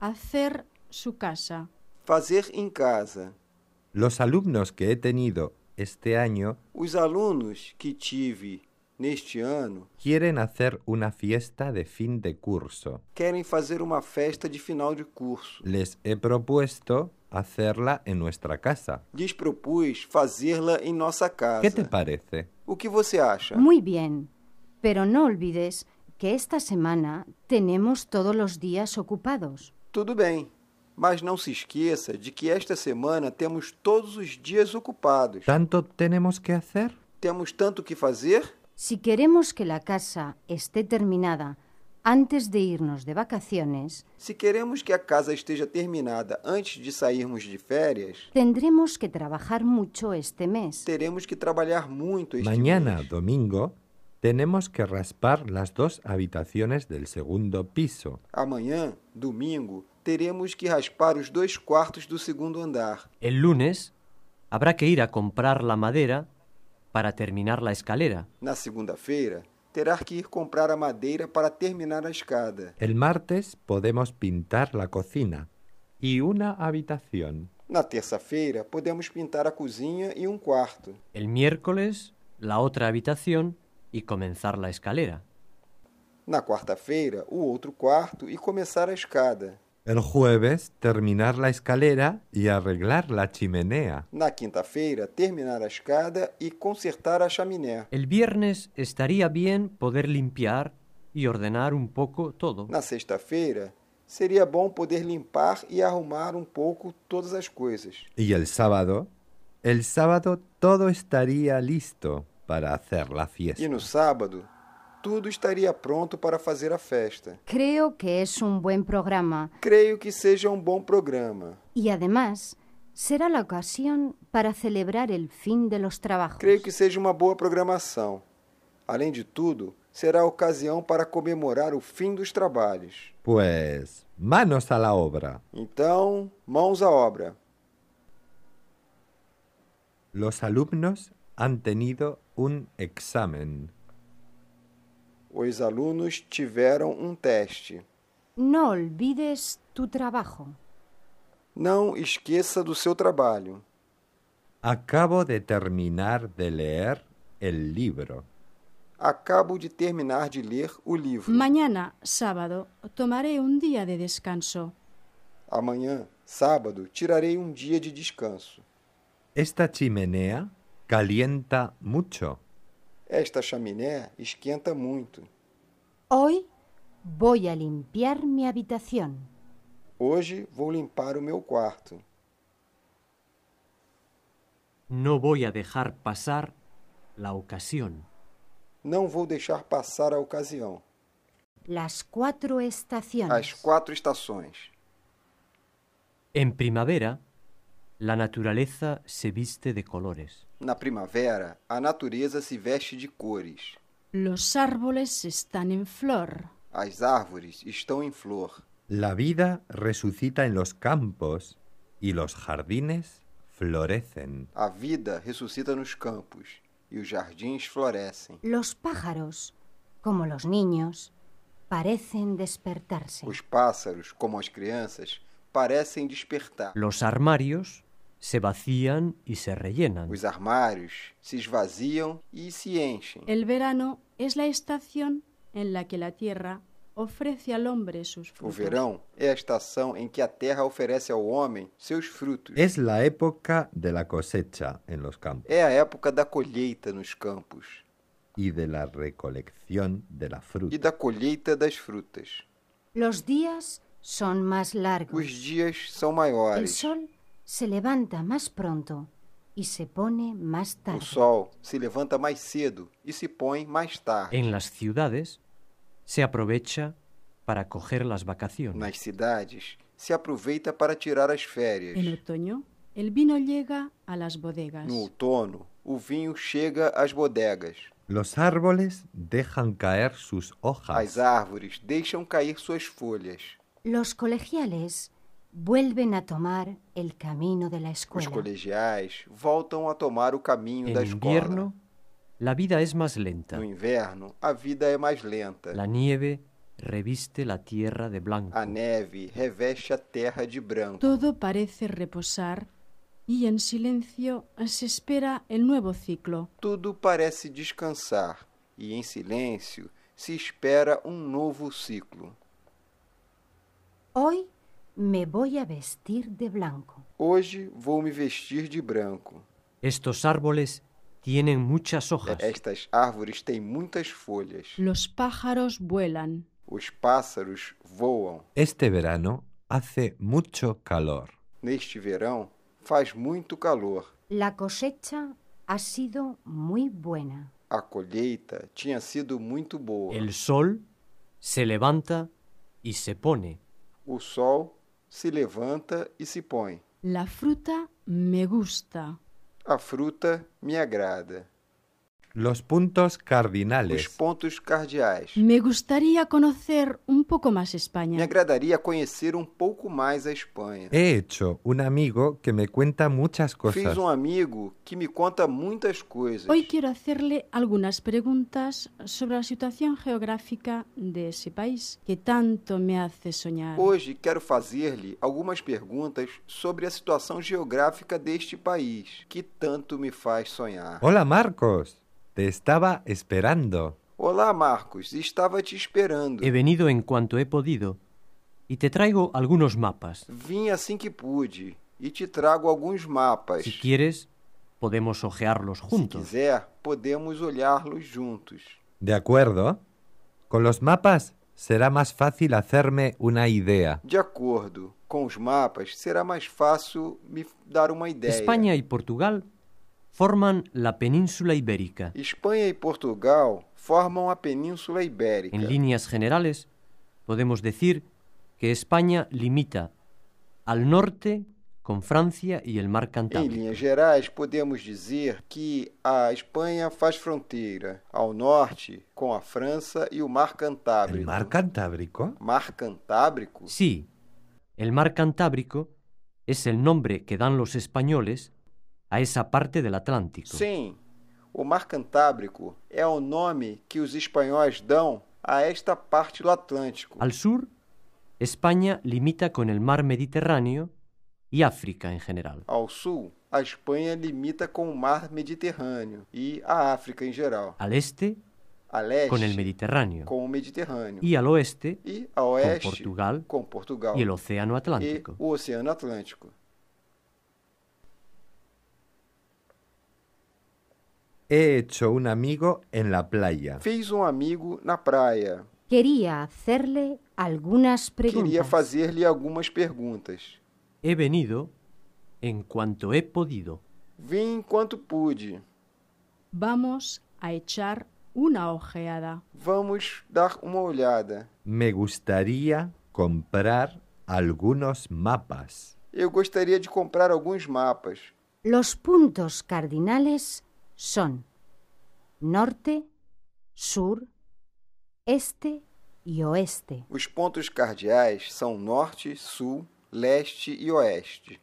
Hacer su casa. fazer em casa. Los alumnos que he tenido este año Os alunos que tive neste ano quieren hacer una fiesta de fin de curso. querem fazer uma festa de final de curso. Les he propuesto hacerla en nuestra casa. Lhes propus fazê-la em nossa ¿Qué te casa. parece? O que você acha? Muy bien. Pero no olvides que esta semana tenemos todos los días ocupados. Tudo bem. Mas não se esqueça de que esta semana temos todos os dias ocupados. ¿Tanto tenemos que hacer? Temos tanto que fazer? Si queremos que la casa esté terminada antes de irnos de vacaciones, Se queremos que a casa esteja terminada antes de sairmos de férias, tendremos que trabajar mucho este mes. teremos que trabalhar muito este Mañana, mês. domingo, tenemos que raspar las dos habitaciones del segundo piso. Amanhã, domingo, teremos que raspar os dois quartos do segundo andar. El lunes habrá que ir a comprar la madera para terminar la escalera. Na segunda-feira, terá que ir comprar a madeira para terminar a escada. El martes podemos pintar la cocina y una habitación. Na terça-feira, podemos pintar a cozinha e um quarto. El miércoles la otra habitación y comenzar la escalera. Na quarta-feira, o outro quarto e começar a escada. El jueves terminar la escalera y arreglar la chimenea. Na quinta-feira, terminar a escada e consertar a chaminé. El viernes estaría bien poder limpiar y ordenar un poco todo. Na sexta-feira, seria bom poder limpar e arrumar um pouco todas as coisas. ¿Y el sábado? El sábado todo estaría listo para hacer la E fiesta. no sábado, tudo estaria pronto para fazer a festa. Creo que es un buen programa Creio que seja um bom programa. y además será la ocasión para celebrar el fin de los trabajos. Creio que seja uma boa programação. Além de tudo, será a ocasião para comemorar o fim dos trabalhos. Pues manos a la obra. Então, mãos à obra. Los alumnos han tenido un examen. Os alunos tiveram um teste. No olvides tu trabajo. Não esqueça do seu trabalho. Acabo de terminar de leer el libro. Acabo de terminar de ler o livro. Mañana, sábado, tomaré un día de descanso. Amanhã, sábado, tirarei um dia de descanso. Esta chimenea calienta mucho. Esta chaminé esquenta muito. Hoy voy a limpiar mi habitación. Hoje vou limpar o meu quarto. No voy a dejar pasar la ocasión. Não vou deixar passar a ocasião. Las cuatro As estaciones. quatro estações. En primavera, la naturaleza se viste de colores. Na primavera, a natureza se veste de cores. Los árboles están en flor. As árvores estão em flor. La vida resucita en los campos y los jardines florecen. A vida ressuscita nos campos e os jardins florescem. Los pájaros, como los niños, parecen despertarse. Os pássaros, como as crianças, parecem despertar. Los armarios se vacían y se rellenan. Os armários se esvaziam e se enchem. El verano es la estación en la que la tierra ofrece al hombre sus O frutos. verão é a estação em que a terra oferece ao homem seus frutos. Es la época de la cosecha en los campos É a época da colheita nos campos y de la recolección de la e fruta. da colheita das frutas. Los días son más largos. Os dias são El maiores. sol se levanta más pronto y se pone más O tarde. sol se levanta mais cedo e se põe mais tarde. En las ciudades se aprovecha para coger las vacaciones. Nas cidades, se aproveita para tirar as férias. En otoño, el vino llega a las bodegas. No outono, o vinho chega às bodegas. Los árboles dejan caer sus As hojas. árvores deixam cair suas folhas. Los colegiales vuelven a tomar el camino de la Os escuela. colegiais voltam a tomar o caminho da En escola. invierno, la vida es más lenta. No inverno, a vida é mais lenta. La nieve reviste la tierra de blanco. A neve reveste a terra de branco. Todo parece reposar y en silencio se espera el nuevo ciclo. Tudo parece descansar e, em silêncio, se espera um novo ciclo. Hoy me voy a vestir de blanco. Hoje vou me vestir de branco. Estos árboles tienen muchas hojas. Estas árvores têm muitas folhas. Los pájaros vuelan. Os pássaros voam. Este verano hace mucho calor. Neste verão faz muito calor. La cosecha ha sido muy buena. A colheita tinha sido muito boa. El sol se levanta y se pone. O sol se levanta e se põe. La fruta me gusta. A fruta me agrada. Los puntos Os cardinales pontos cardeais. Me gustaría conocer un poco más Me España. agradaria conhecer um pouco mais a Espanha. He hecho un amigo que me cuenta muchas Fiz cosas. um amigo que me conta muitas coisas. Hoy quiero hacerle algunas preguntas sobre la situación geográfica de ese país que tanto me hace soñar. Hoje quero fazer-lhe algumas perguntas sobre a situação geográfica deste país, que tanto me faz sonhar. Hola Marcos, te estaba esperando. Olá, Marcos, estava te esperando. He venido en cuanto he podido y te traigo algunos mapas. Vim assim que pude e te trago alguns mapas. Si quieres, podemos ojearlos Se juntos. quiser, podemos olhá-los juntos. De acuerdo. Con los mapas será más fácil hacerme una idea. De acordo com os mapas, será mais fácil me dar uma ideia. España y Portugal forman la península ibérica. Espanha e Portugal formam a Península Ibérica. En líneas generales, podemos decir que España limita al norte con Francia y el mar Em Cantábrico. linhas gerais, podemos dizer que a Espanha faz fronteira ao norte com a França e o Mar Cantábrico. ¿El mar Cantábrico? Mar Cantábrico? Sí, el mar Cantábrico es el nombre que dan los españoles a esa parte del Atlántico. Sim. O Mar Cantábrico é o nome que os espanhóis dão a esta parte do Atlântico. Al sur, España limita con el mar Mediterráneo y África en general. Ao sul, a Espanha limita com o Mar Mediterrâneo e a África em geral. Al este, A leste, con el Mediterráneo. com o Mediterrâneo. Y al oeste, E a con oeste, Portugal com Portugal y el Océano e Atlántico. o Oceano Atlántico. He hecho un amigo en la playa. Fiz um amigo na praia. Quería hacerle algunas Queria preguntas. fazer-lhe algumas perguntas. He venido en cuanto he podido. Vim enquanto pude. Vamos a echar una ojeada. Vamos dar uma olhada. Me gustaría comprar algunos mapas. Eu gostaria de comprar alguns mapas. Los puntos cardinales son norte, sur, este y oeste. Os pontos cardeais são norte, sul, leste e oeste.